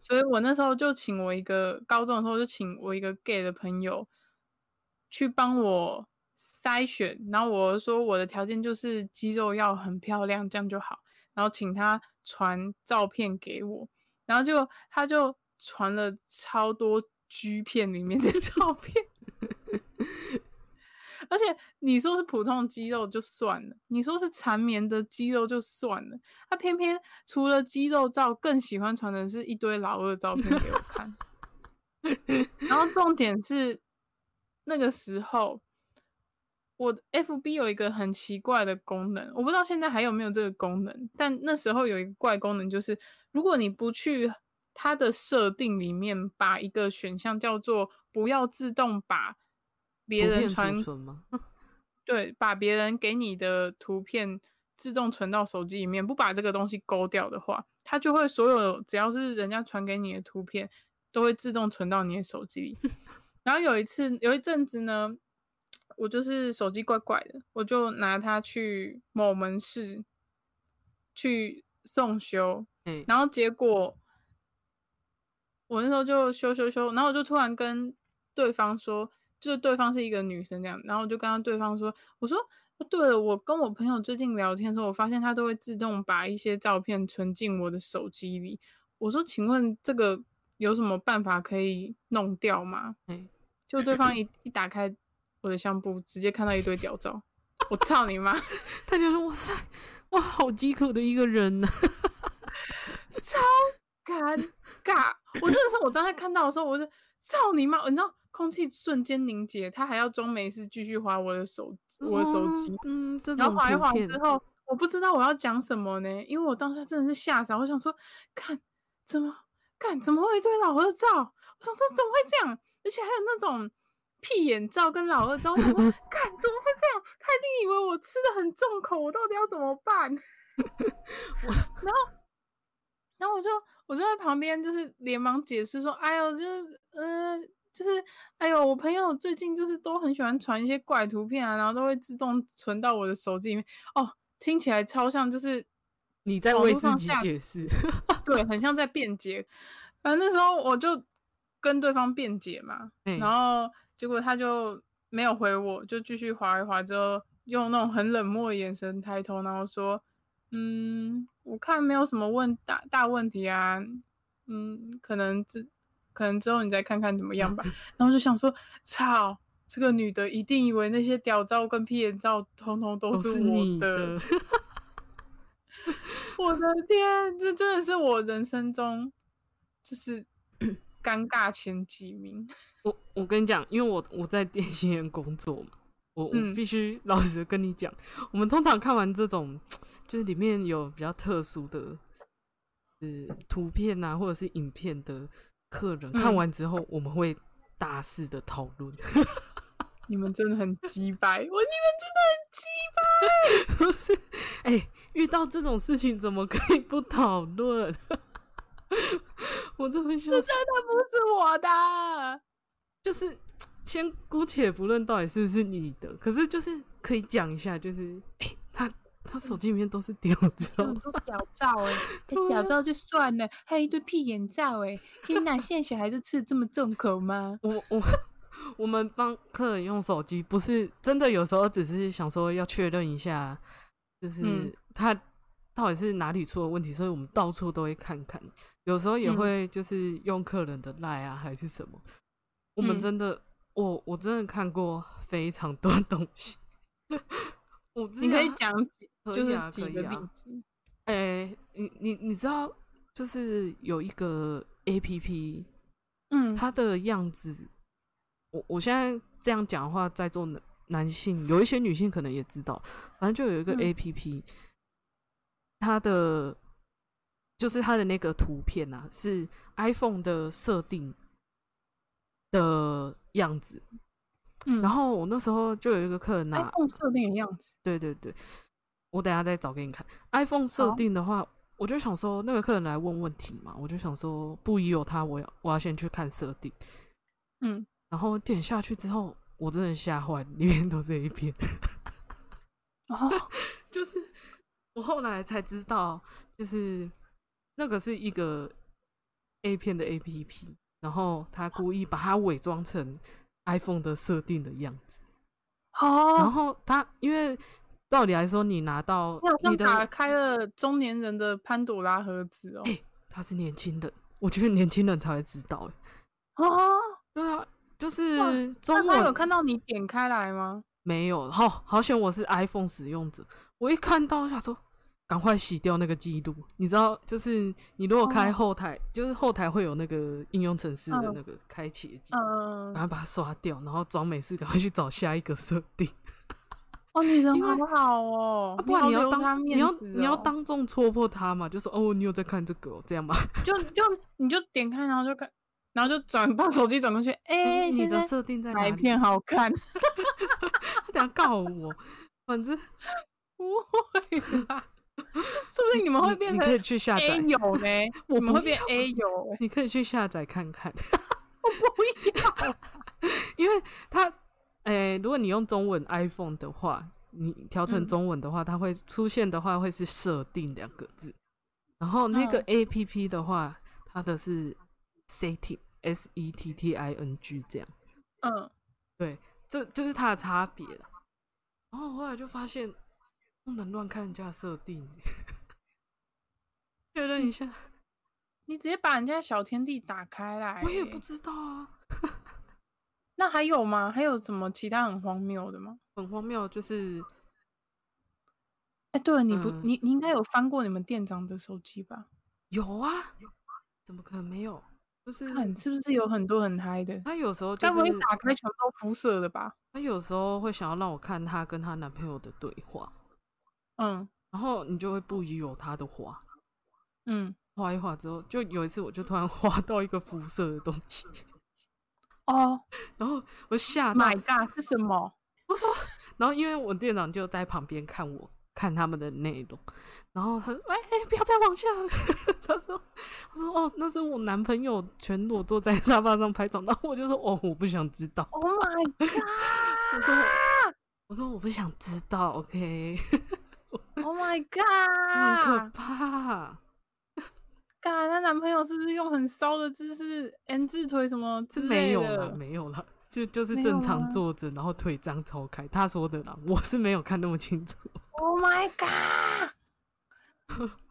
所以我那时候就请我一个高中的时候就请我一个 gay 的朋友去帮我筛选，然后我说我的条件就是肌肉要很漂亮，这样就好，然后请他传照片给我，然后结果他就传了超多 G 片里面的 照片。而且你说是普通肌肉就算了，你说是缠绵的肌肉就算了，他偏偏除了肌肉照，更喜欢传的是一堆老二照片给我看。然后重点是那个时候，我的 FB 有一个很奇怪的功能，我不知道现在还有没有这个功能，但那时候有一个怪功能，就是如果你不去它的设定里面把一个选项叫做不要自动把别图人片储传存吗？对，把别人给你的图片自动存到手机里面，不把这个东西勾掉的话，它就会所有只要是人家传给你的图片，都会自动存到你的手机里。 然后有一次，有一阵子呢，我就是手机怪怪的，我就拿它去某门市去送修，哎、然后结果我那时候就修修修，然后我就突然跟对方说，就是对方是一个女生这样，然后我就跟他对方说，我说哦对了，我跟我朋友最近聊天的时候，我发现他都会自动把一些照片存进我的手机里。我说，请问这个有什么办法可以弄掉吗？哎就对方一一打开我的相簿，直接看到一堆屌照，我操你妈！他就说哇塞，哇好饥渴的一个人呢、超尴尬。我真的是我当时看到的时候，我就操你妈！你知道空气瞬间凝结，他还要装没事继续划我的手，我的手机，嗯，嗯这然种后划一图划片之后，我不知道我要讲什么呢，因为我当时真的是吓傻，我想说，看怎么看怎么会有一堆老二照？我想说怎么会这样？而且还有那种。屁眼照跟老二照，我想说，看怎么会这样？他一定以为我吃的很重口，我到底要怎么 办？ 然后我就我就在旁边就是连忙解释说，哎呦，就是嗯、呃就是哎呦，我朋友最近就是都很喜欢传一些怪图片啊，然后都会自动存到我的手机里面。哦，听起来超像就是你在网为络自上己下解 释，对，很像在辩解。反正那时候我就跟对方辩解嘛，嗯然后结果他就没有回我，就继续划一划，之后用那种很冷漠的眼神抬头，然后说：“嗯，我看没有什么问大大问题啊，嗯，可能之可能之后你再看看怎么 样吧。”然后就想说：“操！”这个女的一定以为那些屌照跟屁眼照通通都都是是我你的，我的天，这真的是我人生中就是 尴尬前几名。 我我跟你讲，因为我我在电信院工作嘛，我我嗯必须老实地跟你讲，我们通常看完这种，就是里面有比较特殊的，呃，图片啊或者是影片的客人，看嗯完之后我们会大肆的讨论， 你们真的很鸡掰，我你们真的很鸡掰。不是？哎、遇到这种事情怎么可以不讨论？ 我真的笑死。那不是我的，就是先姑且不论到底是不是你的，可是就是可以讲一下，就是哎、他他手机里面都是屌嗯照，多屌照 哎、对啊屌照就算了，还有一堆屁眼照哎、天哪，现在小孩子吃的这么重口吗？我我。我们帮客人用手机，不是真的，有时候只是想说要确认一下，就是嗯他到底是哪里出了问题，所以我们到处都会看看。有时候也嗯会就是用客人的赖啊，还是什么。我们嗯真的，我我真的看过非常多东西。 我之你可以前讲几，啊可就以是啊几可以个啊例子。诶、哎你你你知道，就是有一个 A P P，嗯，它的样子，我我现在这样讲的话，在座男男性有一些女性可能也知道，反正就有一个嗯 A P P，、它的就是它的那个图片啊，是 iPhone 的设定的样子。嗯然后我那时候就有一个客人拿、 iPhone 设定的样子，对对对，我等一下再找给你看。iPhone 设好定的话，我就想说那个客人来问问题嘛，我就想说不疑有他，我要我要先去看设定。嗯，然后点下去之后，我真的吓坏，里面都是 A 片。哦， 就是我后来才知道，就是那个是一个 A 片的 APP，然后他故意把它伪装成 iPhone 的设定的样子，然哦，后他因为照理来说，你拿到你好像你的打开了中年人的潘朵拉盒子哦。他是年轻人，我觉得年轻人才会知道、欸。哦，对啊，就哇是那中他有文看到你点开来吗？没有，好好险我是 iPhone 使用者，我一看到我想说，赶快洗掉那个记录。你知道，就是你如果开哦后台，就是后台会有那个应用程式的嗯那个开启的记录，嗯、赶快把它刷掉，然后装没事，赶快去找下一个设定。哦，你人因为好好哦，啊不然好你要留他当面你要子你要哦当众戳破他嘛，就说哦，你有在看这个、哦，这样吗？就就你就点开，然后就看，然后就转把手机转过去，哎、嗯你现在的设定在哪哪一里？片好看？他等下告我，反正 不会啦，说不定你们会变你成可以去下 A 载，友呢？ 我你们会不变 A 友哎、你可以去下载 看看，不要 因为它，诶、如果你用中文 iPhone 的话，你调成嗯中文的话，它会出现的话会是设定两个字，然后那个嗯 APP 的话，它的是 setting S E T T I N G 这样，嗯，对，这就是它的差别啦然后我后来就发现不能乱看人家的设定，欸确认一下，你直接把人家小天地打开来、我也不。知道啊。那还有吗？还有什么其他很荒谬的吗？很荒谬，就是哎、对了，你不，嗯你你应该有翻过你们店长的手机吧？有啊，怎么可能没有？就是看是不是有很多很嗨的？他有时候就该不会一是打开全部都辐射的吧？他有时候会想要让我看她跟她男朋友的对话，嗯然后你就会不疑有他的话，嗯，画一画之后，就有一次我就突然 画到一个肤色的东西，哦然后我吓到， ，My God，是什么？ 我说，然后因为我店长就在旁边看我看他们的内容，然后他说：“哎、哎、不要再往下了。” 他说：“他说哦，那是我男朋友全裸坐在沙发上拍照。”然后我就说：“哦，我不想知道。 Oh my god! 我说我：“我说我不想知道，OK， Oh my 很可 god! 怕。嘎，她男朋友是不是用很骚的姿势，N 字腿什么”之这没类有的了，？啊没有了，就就是没正有常吗坐着，然后腿张超开。他说的啦，我是没有看那么清楚。 Oh my god！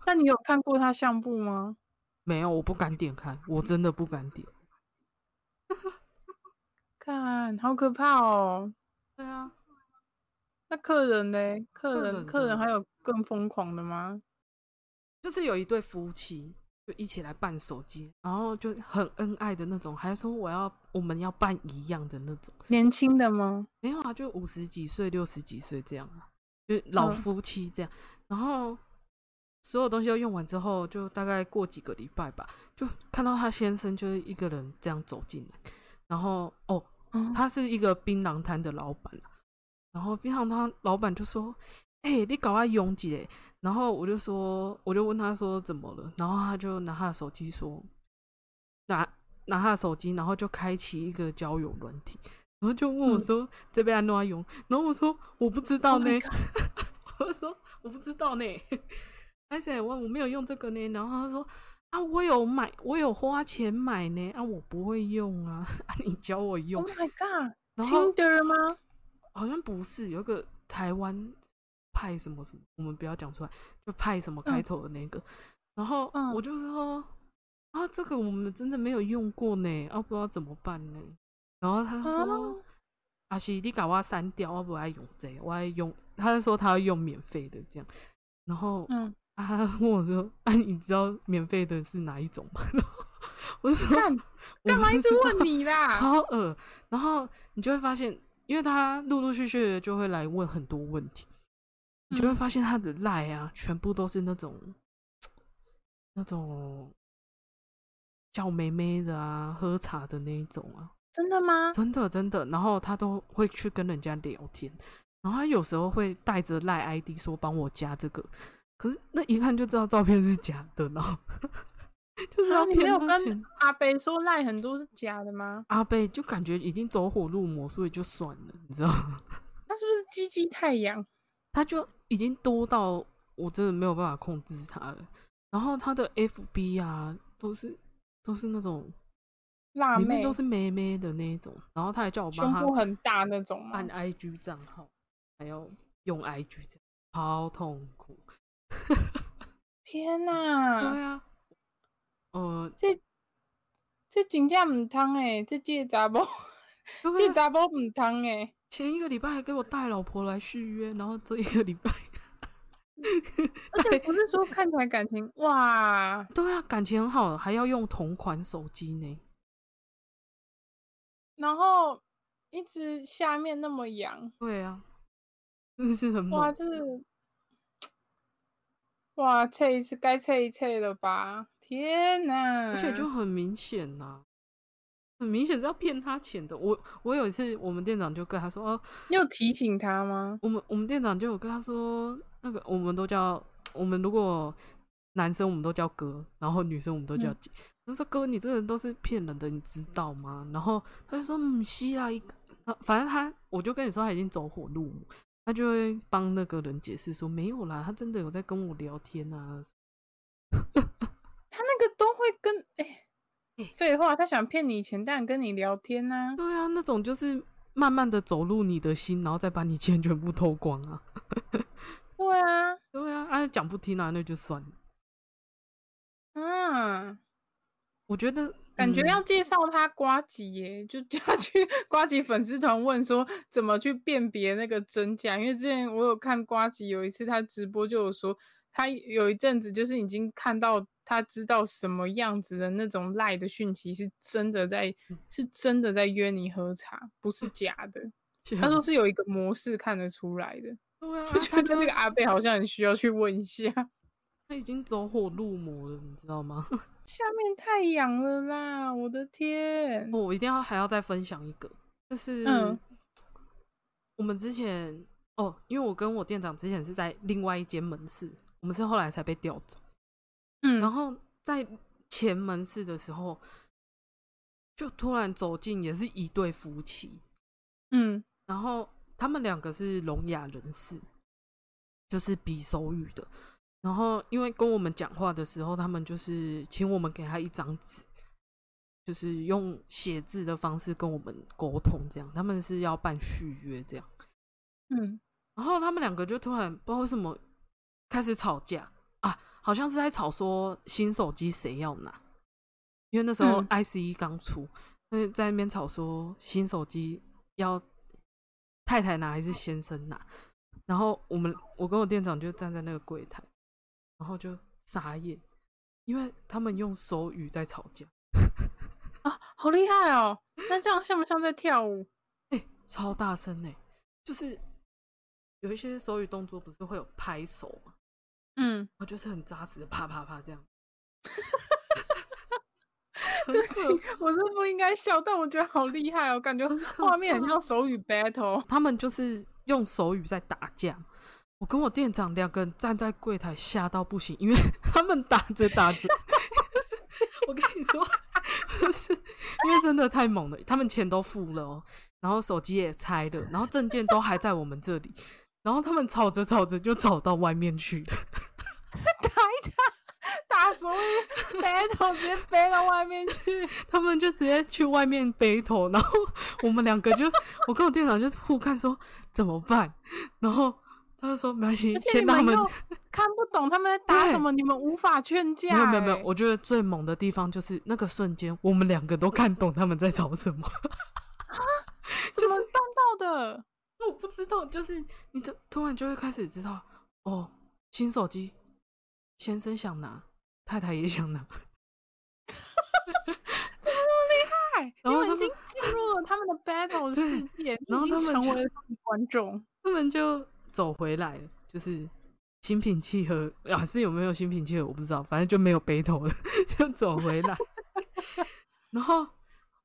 那你有看过他相簿吗？没有，我不敢点开，我真的不敢点。看，好可怕哦！对啊，那客人嘞？客客人，人客人的还有更疯狂的吗？就是有一对夫妻就一起来办手机，然后就很恩爱的那种，还说我要我们要办一样的那种，年轻的吗？没有啊，就五十几岁、六十几岁这样啊，就是老嗯夫妻这样。然后所有东西都用完之后，就大概过几个礼拜吧，就看到他先生就是一个人这样走进来，然后哦，嗯他是一个槟榔摊的老板啊然后槟榔摊老板就说：“哎、你搞啊拥挤嘞。”然后我就说，我就问他说怎么了，然后他就拿他的手机说，拿拿他的手机，然后就开启一个交友软体，然后就问我嗯说、这边安诺用，然后我说我不知道 Oh 呢 my 我说我不知道呢，而且我我没有用这个呢，然后他说。啊，我有买，我有花钱买呢。啊，我不会用啊， 啊，你教我用 Oh。my god！然后 Tinder 吗？好像不是，有一个台湾派什么什么，我们不要讲出来，就派什么开头的那个。然后嗯我就说、啊，这个我们真的没有用过呢，啊，不知道怎么办呢。然后他就说啊啊，是你搞我删掉，我不爱用这个我爱用。他就说他要用免费的这样，然后、嗯，啊，他问我说啊，你知道免费的是哪一种吗？ 然后我就说干我干嘛不一直知道问你啦？超恶。然后你就会发现，因为他陆陆续续的就会来问很多问题，你就会嗯发现他的赖啊，全部都是那种那种叫妹妹的啊，喝茶的那一种啊，真的吗？真的真的。然后他都会去跟人家聊天，然后他有时候会带着赖 ID 说帮我加这个，可是那一看就知道照片是假的，然后 就是啊要你没骗有他跟钱阿北说赖很多是假的吗？阿贝就感觉已经走火入魔，所以就算了，你知道吗？那是不是鸡鸡太阳？他就已经多到我真的没有办法控制他了。然后他的 FB 啊，都是都是那种辣里面妹都是妹妹的那一种，然后他还叫我帮胸他部很大那种嘛办。IG 账号，还要用 IG 这样，超痛苦。天哪、对啊，呃，这这真正唔通诶，这这个查某， 这对啊个查某唔通欸诶，前一个礼拜还给我带老婆来续约，然后这一个礼拜， 而且不是说看起来感情哇，对啊，感情很好，还要用同款手机呢。然后一直下面那么痒，对啊，真是很哇，猛。这哇，测一次该测一测了吧？天哪！而且就很明显呐、很明显是要骗他钱的。我我有一次，我们店长就跟他说，哦，你有提醒他吗？我们我们店长就有跟他说，那个我们都叫我们如果男生我们都叫哥，然后女生我们都叫姐。他说哥，你这个人都是骗人的，你知道吗？然后他就说嗯，西啦，一个他反正他我就跟你说他已经走火入魔，他就会帮那个人解释说没有啦，他真的有在跟我聊天啊。他那个都会跟哎哎，废、话，他想骗你钱，当然跟你聊天呐、对啊，那种就是慢慢的走入你的心，然后再把你钱全部偷光啊。 对啊，对啊，啊讲不听啊，那就算了。嗯。我觉得感觉嗯要介绍他瓜吉耶，就叫他去 瓜吉粉丝团问说怎么去辨别那个真假。因为之前我有看瓜吉，有一次他直播就有说，他有一阵子就是已经看到他知道什么样子的那种赖的讯息是真的在，嗯是真的在约你喝茶，不是假 的。他说是有一个模式看得出来的，对 啊，我他觉就得那会个阿贝好像很需要去问一下。 他已经走火入魔了，你知道吗？下面太痒了啦，我的天！我一定要还要再分享一个，就是、嗯我们之前哦，因为我跟我店长之前是在另外一间门市，我们是后来才被调走。嗯，然后在前门市的时候，就突然走进也是一对夫妻，嗯然后他们两个是聋哑人士，就是比手语的。然后因为跟我们讲话的时候，他们就是请我们给他一张纸，就是用写字的方式跟我们沟通，这样他们是要办续约这样。嗯，然后他们两个就突然不知道为什么开始吵架啊，好像是在吵说新手机谁要拿，因为那时候嗯 ICE 刚出，那、在那边吵说新手机要太太拿还是先生拿，然后我们我跟我店长就站在那个柜台，然后就傻眼，因为他们用手语在吵架，啊，好厉害哦！那这样像不像在跳舞？哎、超大声哎、就是有一些手语动作不是会有拍手吗？嗯，然后就是很扎实的啪啪啪 这样。对不起，我是不应该笑，但我觉得好厉害哦，感 觉画面很像手语 battle。他们就是用手语在打架。我跟我店长两个人站在柜台，吓到不行，因为 他们打着打着，我跟你说，是因为真的太猛了，他们钱都付了哦，然后手机也拆了，然后证件都还在我们这里，然后他们吵着吵着就吵到外面去了。打一打，打手 语 battle 直接飞到外面去。他们就直接去外面背头，然后我们两个就，我跟我店长就互看说怎么办，然后他就说没关系而，且先你让他们们。又看不懂他们在打对什么，你们无法劝架、没有没有没有哎，我觉得最猛的地方就是那个瞬间，我们两个都看懂他们在吵什么。啊怎么办到的？我不知道，就是你突突然就会开始知道，哦，新手机，先生想拿，太太也想拿，嗨，然哎你后们已他经们进入了他们的 battle 对世界，你然已后经他们成就为了他们的观众。他们就走回来了，就是心平气和啊，是有没有心平气和我不知道，反正就没有背头了，就走回来。 然后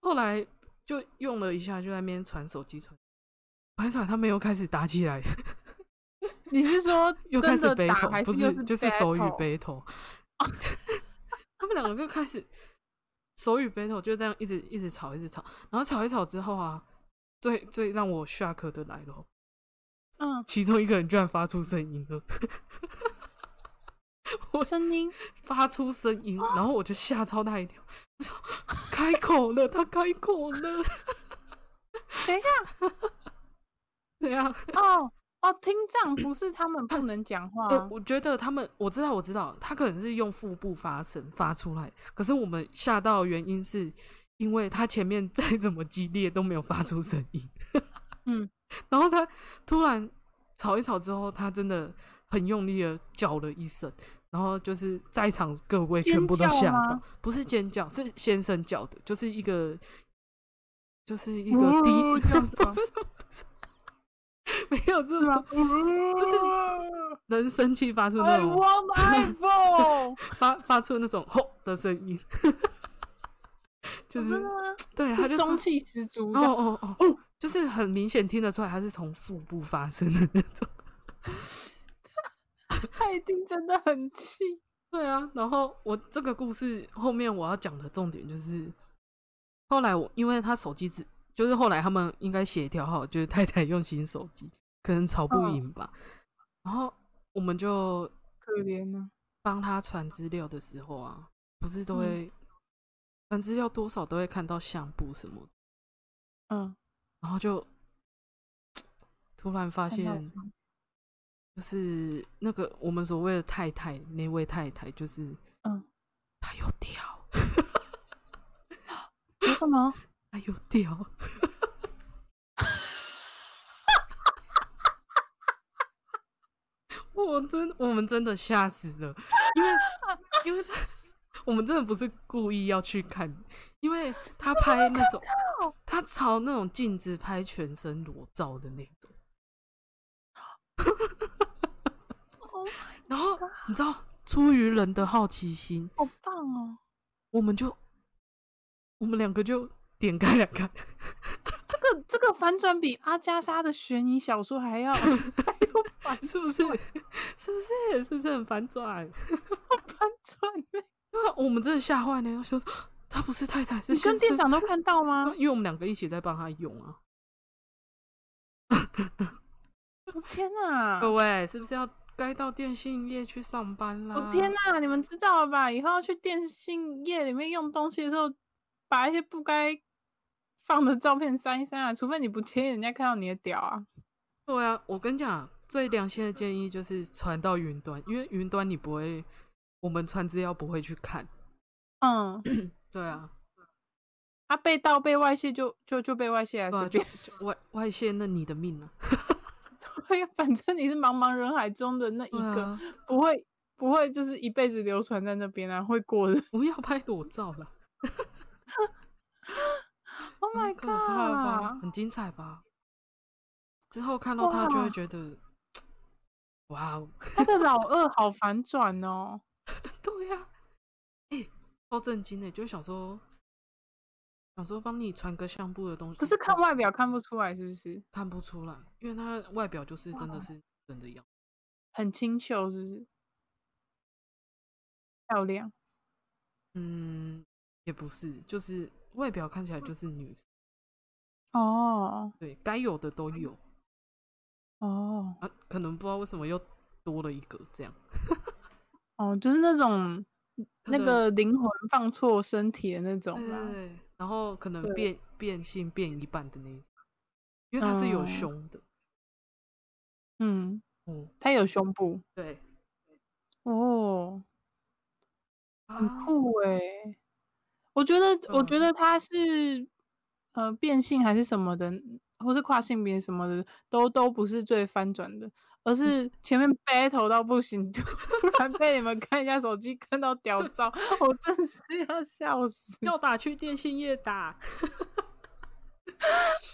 后来就用了一下，就在那边传手机传，传一传他们又开始打起来，你是说又开真始的背打头，还不又是是就是手语 battle？背头， 他们两个就开始手语背头，就这样一直一直吵一直吵，然后吵一吵之后啊，最最让我 shock 的来了。嗯，其中一个人居然发出声音了，声音 发出声音，然后我就吓超大一跳，我说开口了，他开口了， 等一下 对啊，哦哦，听障不是他们不能讲话哦哎、我觉得他们，我知道，我知道，他可能是用腹部发声发出来，可是我们吓到的原因是因为他前面 再怎么激烈都没有发出声音，嗯， 然后他突然吵一吵之后，他真的很用力的叫了一声，然后就是在场各位全部都吓尖叫到吗，不是尖叫，是先生叫的，就是一个就是一一个低，这样子吗 没有这是吗哎么？就是人生气发出那 I 种 want iPhone，发发出那种吼的声音， 就哦是真的吗？对，他是就中气十足，哦这样哦哦哦，就是很明显听得出来，他是从腹部发生的那种。他一定真的很气。 对啊，然后我这个故事后面我要讲的重点就是，后来我因为他手机只就是后来他们应该协调好，就是太太用新手机，可能吵不嗯赢吧，然后我们就可怜呢、帮他传资料的时候啊，不是嗯都会传资料多少都会看到相簿什么的，嗯，然后就突然发看到现，就是那个我们所谓的太太那位太太，就是嗯，她有屌，为什么？她有哎屌， 我真我们真的吓死了，因为因为她我们真的不是故意要去看，因为她拍那种她朝那种镜子拍全身裸照的那种。哦，然后你知道，出于人的好奇心，好棒哦！我们就我们两个就点开来看， 这个这个反转比阿加莎的悬疑小说还要 还要反是不是？是不是？是不是很反转？反转呢、因为我们真的吓坏了，说他不是太太，是你跟先店生，长都看到 吗？因为我们两个一起在帮他用啊。我天啊哪、各位是不是要该到电信业去上班啦？我哦天呐，你们知道了吧？以后要去电信业里面用东西的时候，把一些不该放的照片删一删啊，除非你不介意人家看到你的屌啊。对啊，我跟你讲，最良心的建议就是传到云端，因为云端你不会，我们传资料不会去看。嗯，对啊，啊，被盗被外泄就就就被外泄啊，对随啊，就便。就外外泄那你的命啊！对，反正你是茫茫人海中的那一对个，啊，不会不会就是一辈子流传在那边啊，会过的。不要拍裸照了 Oh my 很可怕哦吧？ god！很精彩吧？之后看到他就哇会觉得，哇哦，他的老二好反转哦。 对呀、啊，哎、超震惊的、就想说，想说帮你传个相簿的东西，可是看哦外表看不出来，是不是？看不出来，因为他外表就是真的是真的样子。很清秀，是不是？漂亮。嗯，也不是，就是外表看起来就是女，哦对该有的都有哦啊，可能不知道为什么又多了一个这样。哦，就是那种他那的个灵魂放错身体的那种对啦。对对，然后可能对变变性变一半的那一种，因为它是有嗯胸的。嗯，哦，他有胸部对，哦，很啊，酷哎、我觉得，我觉嗯得他是呃变性还是什么的，或是跨性别什么的，都都不是最翻转的，而是前面 battle 到不行， 突然被你们看一下手机看到屌照，我真是要笑死。要打去电信业打。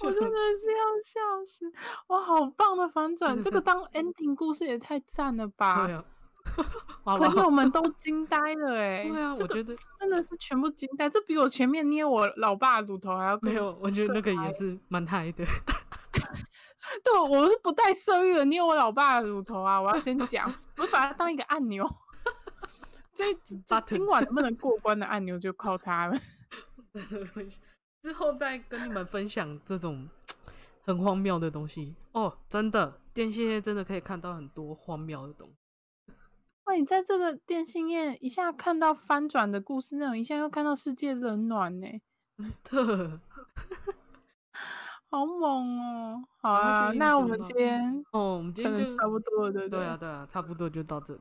我真的是要笑死！哇，好棒的反转， 这个当 ending 故事也太赞了吧 对！啊，哇朋友哇，们都惊呆了哎、对啊这我个觉得真的是全部惊呆，这比我前面捏我老爸的乳头还要 没更有，我觉得那个更嗨也是蛮嗨 的。对，我是不带色欲的捏我老爸的乳头啊！我要先讲，我把它当一个按 钮，这这这 Button 今晚能不能过关的按钮就靠它了。 之后再跟你们分享这种很荒谬的东西哦，真的，电信业真的可以看到很多荒谬的东西。哇，你在这个电信业一下看到翻转的故事内容，一下又看到世界冷暖欸呢、特好猛哦！好我会啊，觉得你那我怎们么今天 哦，我们今可天能就差不多了，对不对啊，对啊，差不多就到这里。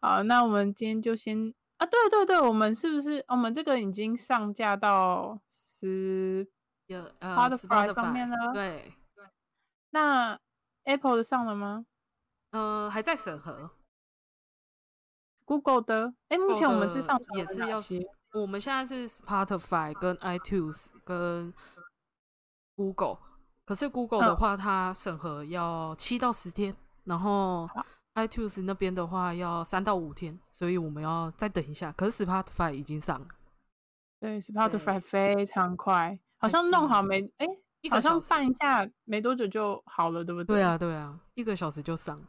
好，那我们今天就先啊，对对对，我们是不是哦我们这个已经上架到十？有呃 Spotify 上面 Spotify，呢对，那 Apple 的上了吗呃，还在审核。 ？Google 的？哎，目前我们是上传也了是哪要些是我们现在是 Spotify 跟 iTunes 跟 Google，可是 Google 嗯的话，它审核要七到十天，然后 iTunes 那边的话要三到五天，所以我们要再等一下。可是 Spotify 已经上了对，Spotify 非常快，好像弄好没哎，啊一好个像小时，办一下没多久就好了，对不对？对啊，对啊，一个小时就上了。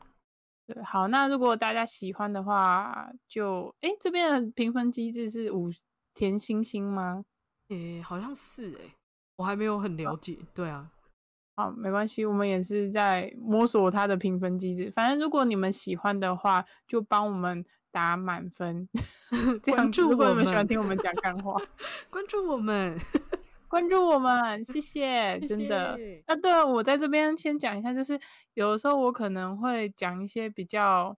对，好，那如果大家喜欢的话，就哎这边的评分机制是五填星星吗？诶、好像是诶、我还没有很了解。对啊，好，没关系，我们也是在摸索它的评分机制。反正如果你们喜欢的话，就帮我们打满 分。这关样子，注如果你我们喜欢们听我们讲干 话，关注我们， 关注我们，谢谢，真的。谢谢啊，对了，我在这边先讲一下，就是有的时候我可能会讲一些比较，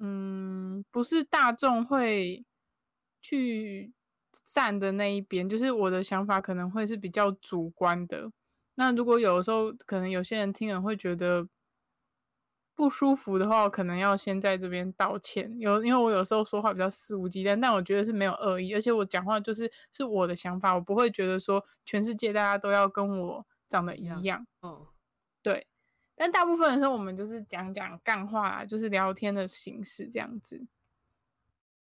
嗯，不是大众会去站的那一边，就是我的想法可能会是比较主观的。那如果有的时候可能有些人听了会觉得不舒服的话，我可能要先在这边道歉。有因为我有时候说话比较肆无忌惮，但我觉得是没有恶意，而且我讲话就是是我的想法，我不会觉得说全世界大家都要跟我长得一一样样。哦，对，但大部分的时候我们就是讲讲干话啊，就是聊天的形式这样子。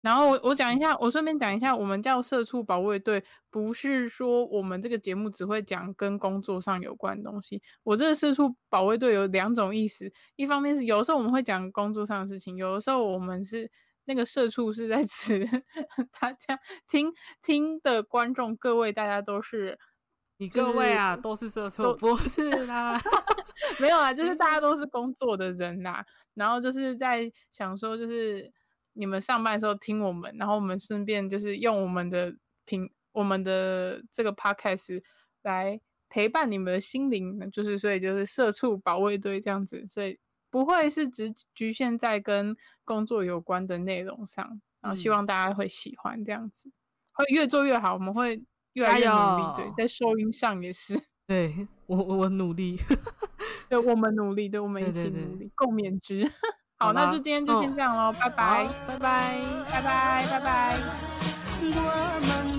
然后我我讲一下，我顺便讲一下，我们叫社畜保卫队，不是说我们这个节目只会讲跟工作上有关的东西。我这个社畜保卫队有两种意思，一方面是有的时候我们会讲工作上的事情，有的时候我们是那个社畜是在指 大家听听的观众各位，大家都是你就各位是啊，都是社畜，都不是 啦。没有啦，啊就是嗯大家都是工作的人啦，然后就是在想说，就是你们上班的时候听我们，然后我们顺便就是用我们的平我们的这个 podcast 来陪伴你们的心灵，就是所以就是社畜保卫队这样子，所以不会是只局限在跟工作有关的内容上，然后希嗯望大家会喜欢这样子，会越做越好，我们会越来越加努力，对油，在收音上也是。对我，我我努力。对我们努力，对我们一对起对对努力，共勉之。 好好，那吧就今天就先嗯这样喽，拜拜，拜拜。拜拜，拜拜。我们